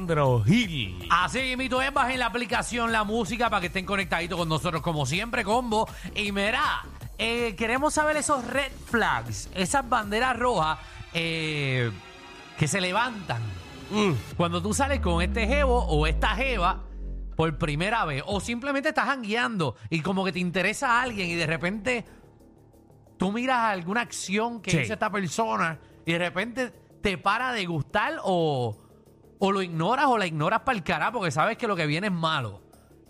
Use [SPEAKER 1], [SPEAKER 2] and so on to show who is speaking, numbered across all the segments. [SPEAKER 1] Alejandro Gil.
[SPEAKER 2] Así mito es, bajen la aplicación, la música, para que estén conectaditos con nosotros, como siempre, combo. Y mira, eh, queremos saber esos red flags, esas banderas rojas eh, que se levantan cuando tú sales con este jevo o esta jeva por primera vez, o simplemente estás jangueando y como que te interesa a alguien y de repente tú miras alguna acción que
[SPEAKER 1] Sí.
[SPEAKER 2] hizo esta persona y de repente te para de gustar o, o lo ignoras o la ignoras para el carajo porque sabes que lo que viene es malo.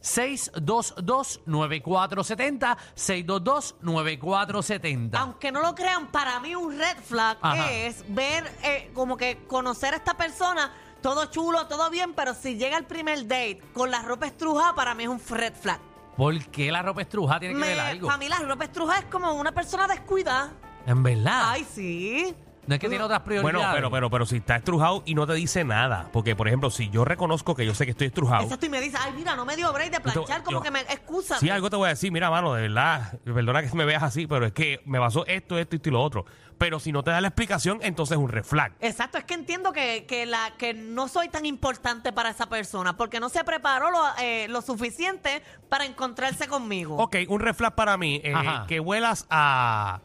[SPEAKER 2] 622-9470, 622-9470.
[SPEAKER 3] Aunque no lo crean, para mí un red flag
[SPEAKER 2] Ajá.
[SPEAKER 3] es ver, eh, como que conocer a esta persona, todo chulo, todo bien, pero si llega el primer date con la ropa estrujada, para mí es un red flag.
[SPEAKER 2] ¿Por qué la ropa estrujada tiene que ver
[SPEAKER 3] Me-
[SPEAKER 2] algo?
[SPEAKER 3] para mí la ropa estrujada es como una persona descuidada.
[SPEAKER 2] En verdad.
[SPEAKER 3] Ay, sí.
[SPEAKER 2] no es que tiene otras prioridades.
[SPEAKER 1] Bueno, pero, pero, pero si está estrujado y no te dice nada. Porque, por ejemplo, si yo reconozco que yo sé que estoy estrujado.
[SPEAKER 3] Exacto, y me dice, ay, mira, no me dio break de planchar,
[SPEAKER 1] Yo-
[SPEAKER 3] como
[SPEAKER 1] yo-
[SPEAKER 3] que me excusa.
[SPEAKER 1] Si algo te voy a decir, mira, mano, de verdad, perdona que me veas así, pero es que me pasó esto, esto, esto y lo otro. Pero si no te da la explicación, entonces es un reflag.
[SPEAKER 3] Exacto, es que entiendo que, que la, que no soy tan importante para esa persona, porque no se preparó lo, eh, lo suficiente para encontrarse conmigo.
[SPEAKER 1] Ok, un reflag para mí, eh,
[SPEAKER 2] Ajá.
[SPEAKER 1] que huelas a,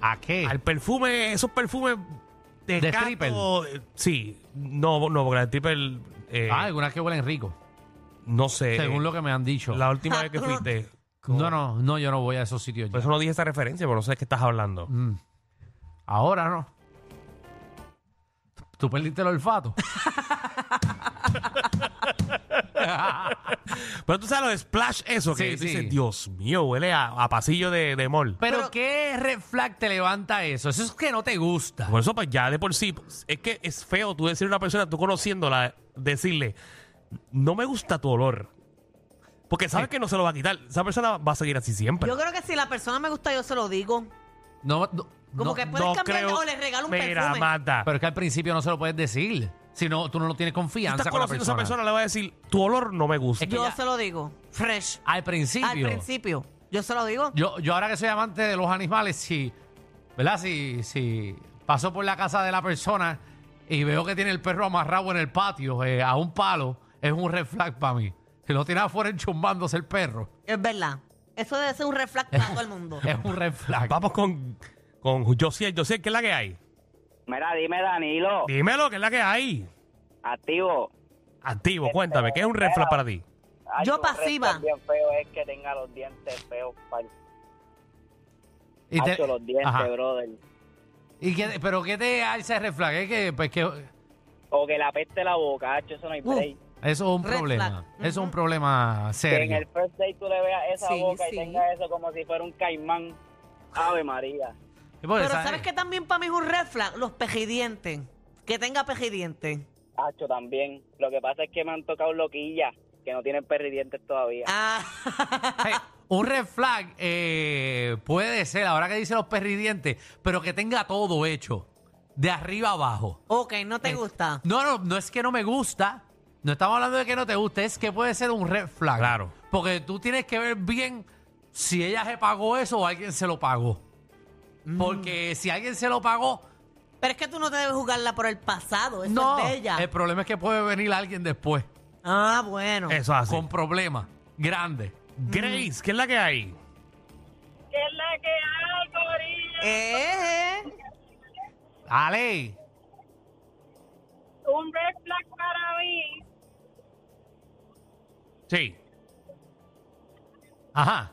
[SPEAKER 2] ¿A qué?
[SPEAKER 1] al perfume, esos perfumes de,
[SPEAKER 2] De
[SPEAKER 1] gato,
[SPEAKER 2] stripper.
[SPEAKER 1] eh, Sí, no, no, porque el stripper, eh,
[SPEAKER 2] Ah, algunas que huelen rico,
[SPEAKER 1] no sé. eh,
[SPEAKER 2] según lo que me han dicho.
[SPEAKER 1] La última vez que
[SPEAKER 3] Tú no-
[SPEAKER 1] fuiste.
[SPEAKER 2] No, no, no, yo no voy a esos sitios.
[SPEAKER 1] Por
[SPEAKER 2] ya.
[SPEAKER 1] eso no dije esa referencia, pero no sé de qué estás hablando.
[SPEAKER 2] Mm. Ahora no. Tú perdiste el olfato.
[SPEAKER 1] Pero tú sabes los splash eso que
[SPEAKER 2] Sí,
[SPEAKER 1] tú
[SPEAKER 2] sí.
[SPEAKER 1] dices, Dios mío, huele a, a pasillo de, de mall.
[SPEAKER 2] Pero,
[SPEAKER 3] Pero-
[SPEAKER 2] ¿qué red flag te levanta eso? Eso es que no te gusta.
[SPEAKER 1] Por eso, pues ya de por sí, es que es feo tú decirle a una persona, tú conociéndola, decirle, no me gusta tu olor. Porque sabes que no se lo va a quitar. Esa persona va a seguir así siempre.
[SPEAKER 3] yo creo que si la persona me gusta, yo se lo digo.
[SPEAKER 2] No, no-
[SPEAKER 3] Como
[SPEAKER 2] no-
[SPEAKER 3] que puedes cambiar o le regalo un
[SPEAKER 1] Mira,
[SPEAKER 3] perfume.
[SPEAKER 1] Amanda,
[SPEAKER 2] Pero es que al principio no se lo puedes decir. Si no, tú no lo tienes
[SPEAKER 1] tú
[SPEAKER 2] confianza
[SPEAKER 1] estás
[SPEAKER 2] con la
[SPEAKER 1] conociendo a esa
[SPEAKER 2] persona.
[SPEAKER 1] persona, le va a decir, tu olor no me gusta.
[SPEAKER 2] Es que
[SPEAKER 3] Yo
[SPEAKER 2] ya-
[SPEAKER 3] se lo digo. Fresh.
[SPEAKER 2] Al principio.
[SPEAKER 3] Al principio. Yo se lo digo.
[SPEAKER 2] Yo, yo ahora que soy amante de los animales, si, ¿verdad? Si, si paso por la casa de la persona y veo que tiene el perro amarrado en el patio eh, a un palo, es un red flag para mí. Si lo tiene afuera enchumbándose el perro,
[SPEAKER 3] Es verdad. Eso debe ser un reflex para todo el mundo.
[SPEAKER 2] es un red flag.
[SPEAKER 1] Vamos con, con Josiel. Josiel, ¿qué es la que hay?
[SPEAKER 4] Mira, dime Danilo,
[SPEAKER 1] Dímelo, ¿qué es la que hay?
[SPEAKER 4] activo.
[SPEAKER 1] Activo, cuéntame, ¿qué es un red flag para ti?
[SPEAKER 4] Ay,
[SPEAKER 3] Yo
[SPEAKER 4] un resto
[SPEAKER 3] pasiva.
[SPEAKER 4] Bien feo es que tenga los dientes feos, pal.
[SPEAKER 2] Y te-
[SPEAKER 4] Hacho, los dientes,
[SPEAKER 2] Ajá.
[SPEAKER 4] brother.
[SPEAKER 2] ¿Y qué- ¿Pero qué te alza el red flag? Es que, pues, que eso
[SPEAKER 4] O que la peste la boca, hacho, eso no hay
[SPEAKER 3] Uf,
[SPEAKER 4] break.
[SPEAKER 2] es un
[SPEAKER 3] Red
[SPEAKER 2] problema.
[SPEAKER 3] flag.
[SPEAKER 2] Eso es un
[SPEAKER 3] Ujú.
[SPEAKER 2] problema
[SPEAKER 4] que en
[SPEAKER 2] serio.
[SPEAKER 4] el first date tú le veas esa
[SPEAKER 3] Sí,
[SPEAKER 4] boca
[SPEAKER 3] sí.
[SPEAKER 4] y tenga eso como si fuera un caimán. Ave María.
[SPEAKER 2] Y porque,
[SPEAKER 3] Pero
[SPEAKER 2] ¿sabes?
[SPEAKER 3] ¿sabes que también para mí es un reflex? Los pejidientes. Que tenga pejidientes.
[SPEAKER 4] Hacho también. Lo que pasa es que me han tocado loquillas que no tienen perridientes todavía.
[SPEAKER 3] Ah,
[SPEAKER 2] Hey, un red flag eh, puede ser, ahora que dice los perridientes, pero que tenga todo hecho, de arriba abajo.
[SPEAKER 3] ok, no te
[SPEAKER 2] Eh,
[SPEAKER 3] gusta.
[SPEAKER 2] No, no, no es que no me gusta. No estamos hablando de que no te guste, es que puede ser un red flag.
[SPEAKER 1] Claro.
[SPEAKER 2] Porque tú tienes que ver bien si ella se pagó eso o alguien se lo pagó.
[SPEAKER 3] Mm.
[SPEAKER 2] Porque si alguien se lo pagó,
[SPEAKER 3] Pero es que tú no te debes juzgarla por el pasado. Eso
[SPEAKER 2] no. Eh.
[SPEAKER 3] es de ella.
[SPEAKER 2] El problema es que puede venir alguien después
[SPEAKER 3] Ah, bueno.
[SPEAKER 1] Eso es así.
[SPEAKER 2] con problemas grandes.
[SPEAKER 1] Grace, ¿qué es la que hay?
[SPEAKER 4] ¿Qué es la que hay, Corillo?
[SPEAKER 3] Eh, eh.
[SPEAKER 2] Ale,
[SPEAKER 4] Un red flag para mí.
[SPEAKER 1] Sí.
[SPEAKER 2] ajá.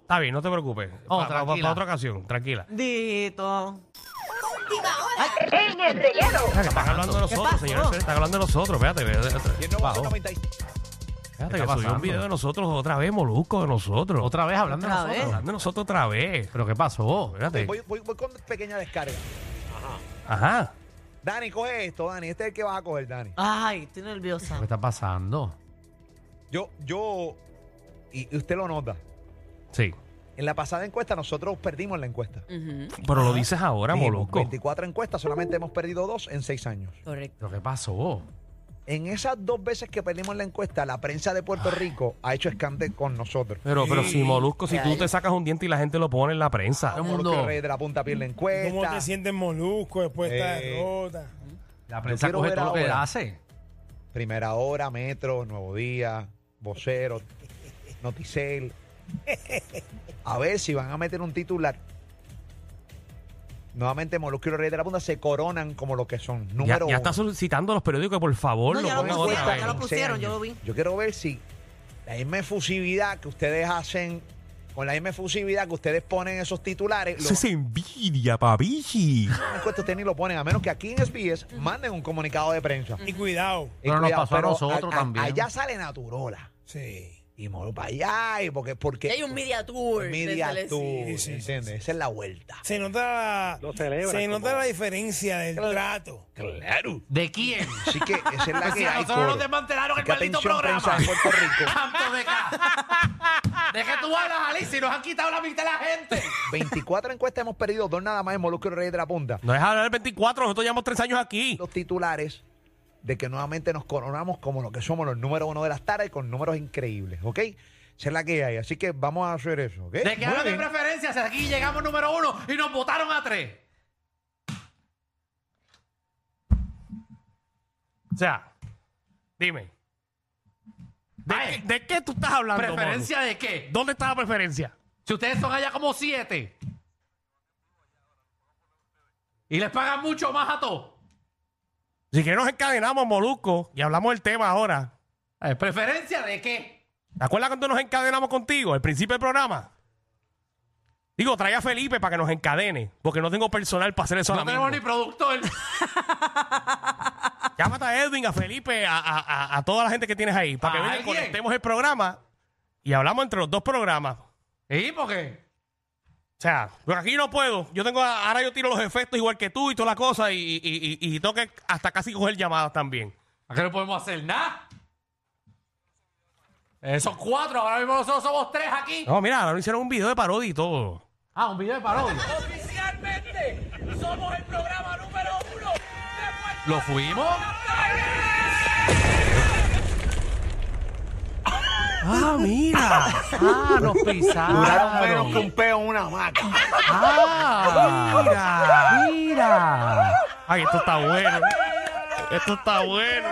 [SPEAKER 1] Está bien, no te preocupes.
[SPEAKER 2] Oh,
[SPEAKER 1] para
[SPEAKER 2] tranquila.
[SPEAKER 1] otra ocasión, tranquila.
[SPEAKER 3] Dito.
[SPEAKER 1] Están hablando de nosotros, señores.
[SPEAKER 3] pasó?
[SPEAKER 1] señores, Están hablando de nosotros. Espérate, espérate, espérate. Espérate,
[SPEAKER 2] ¿Qué
[SPEAKER 1] que
[SPEAKER 2] está
[SPEAKER 1] subió un
[SPEAKER 2] pasando?
[SPEAKER 1] video de nosotros otra vez, molusco de nosotros.
[SPEAKER 2] Otra vez hablando de
[SPEAKER 3] Otra
[SPEAKER 2] nosotros.
[SPEAKER 3] vez.
[SPEAKER 1] Hablando de nosotros otra vez.
[SPEAKER 2] ¿Pero qué pasó?
[SPEAKER 1] Espérate.
[SPEAKER 5] Voy, voy- voy con pequeña descarga.
[SPEAKER 1] Ajá.
[SPEAKER 5] Dani, coge esto, Dani. Este es el que vas a coger, Dani.
[SPEAKER 3] Ay, estoy nerviosa.
[SPEAKER 2] ¿Qué está pasando?
[SPEAKER 5] Yo, yo, y usted lo nota.
[SPEAKER 1] Sí.
[SPEAKER 5] En la pasada encuesta nosotros perdimos la encuesta.
[SPEAKER 1] Pero
[SPEAKER 2] Ah.
[SPEAKER 1] lo dices ahora,
[SPEAKER 5] Dijimos,
[SPEAKER 1] molusco.
[SPEAKER 5] 24 encuestas, solamente hemos perdido dos en seis años.
[SPEAKER 3] Correcto.
[SPEAKER 2] ¿Pero qué pasó?
[SPEAKER 5] En esas dos veces que perdimos la encuesta, la prensa de Puerto Rico ha hecho escante con nosotros.
[SPEAKER 1] Pero, pero si molusco, si tú te sacas un diente y la gente lo pone en la prensa.
[SPEAKER 2] Todo el
[SPEAKER 5] Molusco
[SPEAKER 2] mundo-
[SPEAKER 5] Reyes de la punta piel la
[SPEAKER 6] ¿Cómo te
[SPEAKER 5] encuesta.
[SPEAKER 6] sientes molusco después de esta
[SPEAKER 5] Eh.
[SPEAKER 6] derrota?
[SPEAKER 2] La prensa
[SPEAKER 5] quiero
[SPEAKER 2] coge
[SPEAKER 5] ver
[SPEAKER 2] todo lo que
[SPEAKER 5] ahora.
[SPEAKER 2] hace.
[SPEAKER 5] Primera Hora, Metro, Nuevo Día, Vocero, Noticel. A ver si van a meter un titular. Nuevamente, Molusco y los Reyes de la Punta se coronan como lo que son.
[SPEAKER 1] Ya,
[SPEAKER 5] Número
[SPEAKER 1] ya está
[SPEAKER 5] uno.
[SPEAKER 1] solicitando a los periódicos, por favor.
[SPEAKER 3] No, ya
[SPEAKER 1] lo
[SPEAKER 3] lo
[SPEAKER 5] Pongan
[SPEAKER 1] pongan
[SPEAKER 3] pusieron,
[SPEAKER 1] otra
[SPEAKER 5] otra
[SPEAKER 1] vez.
[SPEAKER 3] ya lo
[SPEAKER 5] vez.
[SPEAKER 3] pusieron, yo lo vi.
[SPEAKER 5] Yo quiero ver si la misma efusividad que ustedes hacen, con la misma efusividad que ustedes ponen en esos titulares, lo
[SPEAKER 1] Eso es envidia, papi.
[SPEAKER 5] van a encuestas ustedes ni lo ponen, a menos que aquí en SBS manden un comunicado de prensa.
[SPEAKER 6] Y cuidado.
[SPEAKER 5] Y
[SPEAKER 2] Pero nos pasó a nosotros también.
[SPEAKER 5] Allá sale Naturola.
[SPEAKER 6] Sí.
[SPEAKER 5] Y moro para allá, y porque, porque
[SPEAKER 7] Hay un media tour. de
[SPEAKER 5] media
[SPEAKER 7] Telecine.
[SPEAKER 5] tour,
[SPEAKER 6] Sí, sí,
[SPEAKER 5] ¿entiendes? Esa es la vuelta.
[SPEAKER 6] Se nota
[SPEAKER 4] Lo
[SPEAKER 6] la,
[SPEAKER 4] celebra
[SPEAKER 6] se
[SPEAKER 4] como-
[SPEAKER 6] nota la diferencia del trato.
[SPEAKER 5] Claro.
[SPEAKER 2] ¿De quién?
[SPEAKER 5] Así que esa es la
[SPEAKER 2] Si
[SPEAKER 5] que
[SPEAKER 2] a
[SPEAKER 5] hay,
[SPEAKER 2] nosotros
[SPEAKER 5] coro.
[SPEAKER 2] nos desmantelaron el
[SPEAKER 5] Así que
[SPEAKER 2] maldito
[SPEAKER 5] atención,
[SPEAKER 2] programa.
[SPEAKER 5] prensa de Puerto Rico.
[SPEAKER 2] Tanto de acá. ¿De qué tú hablas, Alice? Si nos han quitado la mitad de la gente.
[SPEAKER 5] 24 encuestas hemos perdido, dos nada más en Molusco y los Reyes de la Punta.
[SPEAKER 1] No es hablar del 24, nosotros llevamos tres años aquí.
[SPEAKER 5] los titulares de que nuevamente nos coronamos como lo que somos los número uno de las tardes con números increíbles, ¿ok? Esa es la que hay, así que vamos a hacer eso, ¿ok?
[SPEAKER 2] ¿De qué
[SPEAKER 5] Muy
[SPEAKER 2] hablan de
[SPEAKER 5] bien.
[SPEAKER 2] preferencias? Aquí llegamos número uno y nos votaron a tres.
[SPEAKER 1] O sea, dime. ¿De,
[SPEAKER 2] Ay.
[SPEAKER 1] qué, de qué tú estás hablando? Manu?
[SPEAKER 2] ¿Preferencia de qué?
[SPEAKER 1] ¿Dónde está la preferencia?
[SPEAKER 2] Si ustedes son allá como siete. Y les pagan mucho más a todos.
[SPEAKER 1] Si quieres nos encadenamos, Molusco, y hablamos del tema ahora.
[SPEAKER 2] Eh, ¿Preferencia de qué?
[SPEAKER 1] ¿Te acuerdas cuando nos encadenamos contigo al principio del programa? Digo, trae a Felipe para que nos encadene, porque no tengo personal para hacer eso
[SPEAKER 2] No
[SPEAKER 1] ahora
[SPEAKER 2] tenemos ni
[SPEAKER 1] mismo.
[SPEAKER 2] productor.
[SPEAKER 1] Llámate a Edwin, a Felipe, a, a- a- a toda la gente que tienes ahí, para que
[SPEAKER 2] ¿A
[SPEAKER 1] vengan,
[SPEAKER 2] alguien?
[SPEAKER 1] conectemos el programa y hablamos entre los dos programas. O
[SPEAKER 2] ¿Y por qué?
[SPEAKER 1] sea, pero aquí no puedo. Yo tengo, ahora yo tiro los efectos igual que tú y toda la cosa y, y, y- y tengo que hasta casi coger llamadas también.
[SPEAKER 2] ¿A qué no podemos hacer nada? Esos cuatro, ahora mismo nosotros somos tres aquí.
[SPEAKER 1] No, mira, ahora hicieron un video de parodia y todo.
[SPEAKER 2] Ah, un video de parodia.
[SPEAKER 8] Oficialmente somos el programa número uno de
[SPEAKER 2] ¿Lo fuimos?
[SPEAKER 1] Ah, mira.
[SPEAKER 2] Ah, nos pisaron.
[SPEAKER 5] Duraron menos que un peo en una maca.
[SPEAKER 1] Mira, Ah, mira. Ay, esto está bueno. Esto está bueno.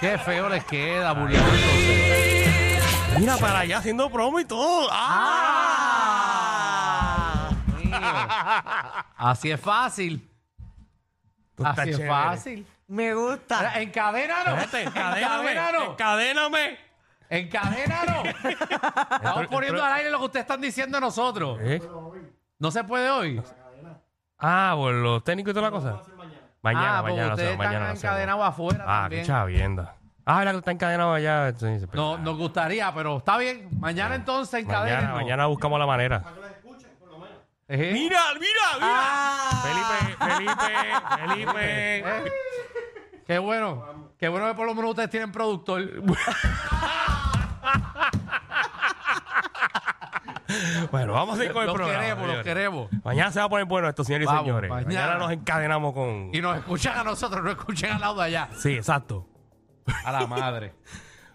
[SPEAKER 2] Qué feo les queda, burlándose.
[SPEAKER 1] Mira para allá haciendo promo y todo. Ah.
[SPEAKER 2] Así es fácil.
[SPEAKER 1] Tú estás
[SPEAKER 2] Así es
[SPEAKER 1] chévere.
[SPEAKER 2] fácil.
[SPEAKER 3] Me gusta.
[SPEAKER 2] Encadénanos.
[SPEAKER 1] Espérate, encadéname.
[SPEAKER 2] Encadénanos.
[SPEAKER 1] Encadéname.
[SPEAKER 2] Encadénanos. Estamos
[SPEAKER 1] Entró-
[SPEAKER 2] poniendo
[SPEAKER 1] entró-
[SPEAKER 2] al aire lo que ustedes están diciendo a nosotros.
[SPEAKER 1] ¿Eh?
[SPEAKER 2] No se puede hoy.
[SPEAKER 1] Ah, por los técnicos y toda la cosa. Mañana, mañana,
[SPEAKER 2] ah,
[SPEAKER 1] lo
[SPEAKER 2] porque ustedes
[SPEAKER 1] hacemos, mañana. lo
[SPEAKER 2] están
[SPEAKER 1] hacemos.
[SPEAKER 2] encadenados
[SPEAKER 1] Ah,
[SPEAKER 2] afuera
[SPEAKER 1] qué
[SPEAKER 2] también.
[SPEAKER 1] chavienda. Ah, ¿verdad que está encadenado allá? pues, Sí, sí,
[SPEAKER 2] No, nos gustaría, pero está bien. Mañana entonces
[SPEAKER 1] Eh, Mañana,
[SPEAKER 2] encadénanos.
[SPEAKER 1] mañana buscamos la manera.
[SPEAKER 2] Ejé.
[SPEAKER 1] Mira, mira,
[SPEAKER 2] Ah.
[SPEAKER 1] mira.
[SPEAKER 3] Ah,
[SPEAKER 1] Felipe, Felipe, Felipe.
[SPEAKER 2] Eh. Qué bueno. Qué bueno que por lo menos ustedes tienen productor.
[SPEAKER 1] Bueno, vamos a ir con el
[SPEAKER 2] los
[SPEAKER 1] programa.
[SPEAKER 2] queremos, los
[SPEAKER 1] señores.
[SPEAKER 2] queremos.
[SPEAKER 1] Mañana se va a poner bueno esto, señores y
[SPEAKER 2] Vamos,
[SPEAKER 1] señores. Mañana.
[SPEAKER 2] mañana.
[SPEAKER 1] nos encadenamos con.
[SPEAKER 2] Y nos escuchan a nosotros, no escuchen al lado de allá.
[SPEAKER 1] Sí, exacto.
[SPEAKER 2] A la madre.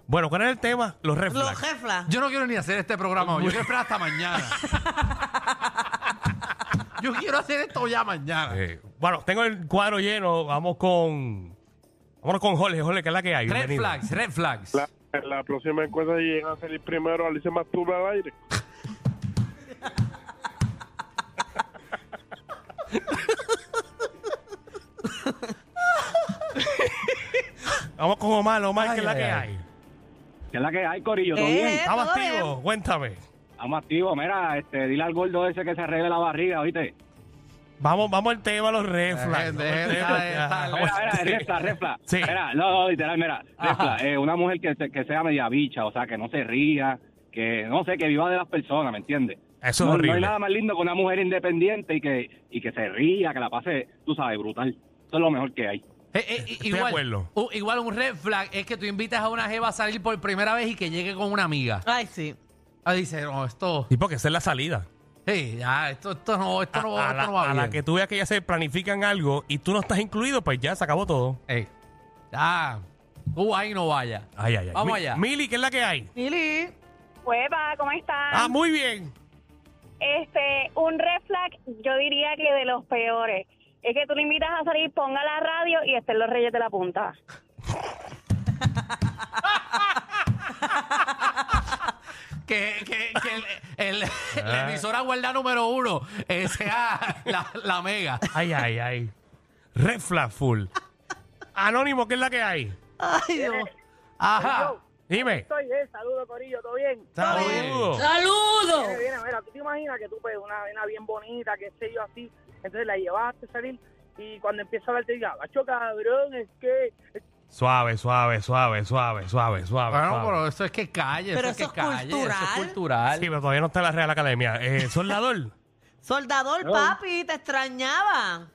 [SPEAKER 1] Bueno, ¿cuál es el tema? Los red
[SPEAKER 3] Los
[SPEAKER 1] flags.
[SPEAKER 3] jeflas.
[SPEAKER 2] Yo no quiero ni hacer este programa hoy. Yo quiero esperar hasta mañana. Yo quiero hacer esto ya mañana.
[SPEAKER 1] Eh, bueno, tengo el cuadro lleno. Vamos con. Vámonos con Jorge, Jorge, que es la que hay.
[SPEAKER 2] Red
[SPEAKER 1] Bienvenido.
[SPEAKER 2] flags, red flags.
[SPEAKER 9] La, en la próxima encuesta llega a salir primero Alice Masturba al aire.
[SPEAKER 1] Vamos con Omar, Omar, que es la
[SPEAKER 2] Ay,
[SPEAKER 1] que
[SPEAKER 2] ay,
[SPEAKER 1] hay.
[SPEAKER 4] ¿Qué es la que hay, Corillo? ¿Todo
[SPEAKER 3] Eh,
[SPEAKER 4] bien?
[SPEAKER 1] Estamos
[SPEAKER 3] todo bien.
[SPEAKER 1] activos, cuéntame.
[SPEAKER 4] Estamos activos. Mira, este, dile al gordo ese que se arregle la barriga, ¿oíste?
[SPEAKER 1] Vamos, vamos al tema, los red
[SPEAKER 2] Dejen,
[SPEAKER 1] flags.
[SPEAKER 2] dejen,
[SPEAKER 1] Vamos al tema,
[SPEAKER 2] dejen,
[SPEAKER 1] ya.
[SPEAKER 2] dejen.
[SPEAKER 1] Vamos
[SPEAKER 4] Mira,
[SPEAKER 1] al
[SPEAKER 4] mira,
[SPEAKER 1] tema.
[SPEAKER 4] refla, refla.
[SPEAKER 1] Sí.
[SPEAKER 4] Mira, no, no, literal, mira, refla. eh, una mujer que, se- que sea media bicha, o sea, que no se ría, que no sé, que viva de las personas, ¿me entiendes?
[SPEAKER 1] Eso es
[SPEAKER 4] no, No
[SPEAKER 1] horrible.
[SPEAKER 4] hay nada más lindo que una mujer independiente y que, y que se ría, que la pase, tú sabes, brutal. Eso es lo mejor que hay.
[SPEAKER 2] Eh, eh, i-
[SPEAKER 1] de
[SPEAKER 2] igual,
[SPEAKER 1] acuerdo.
[SPEAKER 2] u- igual un red flag es que tú invitas a una jeva a salir por primera vez y que llegue con una amiga.
[SPEAKER 3] Ay, sí.
[SPEAKER 2] Ah, dice, no, esto,
[SPEAKER 1] Sí, porque esa es la salida.
[SPEAKER 2] sí, ya, esto, esto no, esto no,
[SPEAKER 1] a,
[SPEAKER 2] va-
[SPEAKER 1] a
[SPEAKER 2] esto
[SPEAKER 1] la,
[SPEAKER 2] no va
[SPEAKER 1] a
[SPEAKER 2] bien.
[SPEAKER 1] la que tú veas que ya se planifican algo y tú no estás incluido, pues ya se acabó todo.
[SPEAKER 2] Ey, Eh, ya, tú ahí no vayas.
[SPEAKER 1] Ay, ay, ay.
[SPEAKER 2] Vamos
[SPEAKER 1] Mi-
[SPEAKER 2] allá.
[SPEAKER 1] Mili, ¿qué es la que hay?
[SPEAKER 3] Lili.
[SPEAKER 10] Hueva, ¿cómo están?
[SPEAKER 1] Ah, muy bien.
[SPEAKER 10] Este, un red flag, yo diría que de los peores. es que tú le invitas a salir, ponga la radio y estén los reyes de la punta.
[SPEAKER 2] Que, que, que el, eh. el- la emisora guarda número uno eh, sea la, la mega.
[SPEAKER 1] Ay, ay, ay. Red flag full. Anónimo, ¿qué es la que hay?
[SPEAKER 3] Ay, Dios.
[SPEAKER 2] Ajá.
[SPEAKER 1] Dime.
[SPEAKER 10] Estoy bien, saludos, Corillo, ¿todo bien?
[SPEAKER 1] Saludos.
[SPEAKER 3] ¡Saludos!
[SPEAKER 10] Mira, mira, mira, tú te imaginas que tú pues una nena bien bonita, qué sé yo, así, entonces la llevaste a salir y cuando empieza a hablar te diga, macho cabrón, es que...
[SPEAKER 1] Suave, suave, suave, suave, suave, suave.
[SPEAKER 2] Bueno,
[SPEAKER 1] suave.
[SPEAKER 2] pero eso es que calle, eso
[SPEAKER 3] Pero
[SPEAKER 2] es
[SPEAKER 3] eso
[SPEAKER 2] que
[SPEAKER 3] es
[SPEAKER 2] calle, eso es
[SPEAKER 3] cultural.
[SPEAKER 2] cultural.
[SPEAKER 1] Sí, pero todavía no está en la Real Academia. Eh, soldador.
[SPEAKER 3] Soldador, papi, te extrañaba.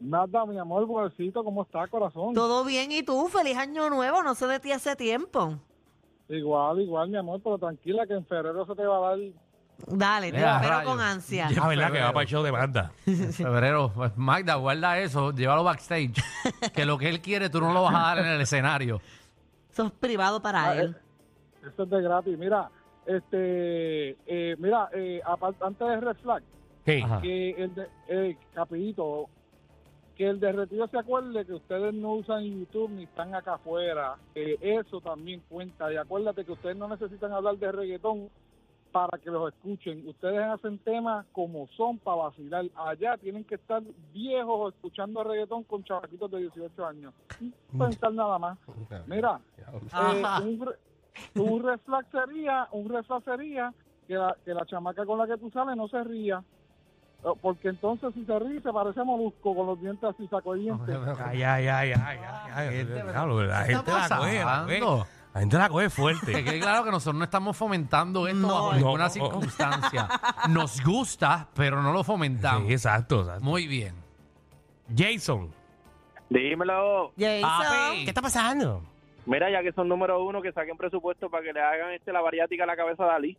[SPEAKER 9] Nada, mi amor, bolsito, ¿cómo está, corazón?
[SPEAKER 3] Todo bien, ¿y tú? Feliz año nuevo, no sé de ti hace tiempo.
[SPEAKER 9] Igual, igual, mi amor, pero tranquila que en febrero se te va a dar.
[SPEAKER 3] Dale, te
[SPEAKER 2] Mira,
[SPEAKER 3] espero
[SPEAKER 2] rayos.
[SPEAKER 3] con ansia.
[SPEAKER 1] Ah, verdad que va para el show de banda.
[SPEAKER 2] Febrero, pues, Magda, guarda eso, llévalo backstage. que lo que él quiere tú no lo vas a dar en el escenario.
[SPEAKER 3] Eso es privado para él.
[SPEAKER 9] Eso es de gratis. Mira, este, eh, mira, eh, aparte, antes de Red Flag,
[SPEAKER 1] Sí.
[SPEAKER 2] Ajá.
[SPEAKER 9] que el de, eh, capito, que el derretido se acuerde que ustedes no usan YouTube ni están acá afuera, que eso también cuenta. Y acuérdate que ustedes no necesitan hablar de reggaetón para que los escuchen. Ustedes hacen temas como son para vacilar. Allá tienen que estar viejos escuchando reggaetón con chavaquitos de 18 años. Pensar nada más. Mira, eh,
[SPEAKER 2] Ajá.
[SPEAKER 9] un, re- un red flag sería, un red flag sería que la, que la chamaca con la que tú sales no se ría. Eh, Porque entonces si se ríe se parece a Molusco con los dientes así sacodientes.
[SPEAKER 1] Ay, ay, ay, ay, ay, ay. Diablo, La
[SPEAKER 2] ¿Qué
[SPEAKER 1] gente
[SPEAKER 2] está
[SPEAKER 1] la coge, la coge.
[SPEAKER 2] pasando?
[SPEAKER 1] La gente la coge
[SPEAKER 2] Que
[SPEAKER 1] fuerte.
[SPEAKER 2] quede claro que nosotros no estamos fomentando esto bajo
[SPEAKER 1] No.
[SPEAKER 2] ninguna
[SPEAKER 1] No.
[SPEAKER 2] circunstancia. Nos gusta, pero no lo fomentamos.
[SPEAKER 1] Sí, exacto. exacto.
[SPEAKER 2] Muy bien.
[SPEAKER 1] Jason.
[SPEAKER 7] Dímelo.
[SPEAKER 2] Papi.
[SPEAKER 3] Jason.
[SPEAKER 1] está pasando?
[SPEAKER 7] Mira, ya que son número uno, que saquen presupuesto para que le hagan este la variática a la cabeza de Ali.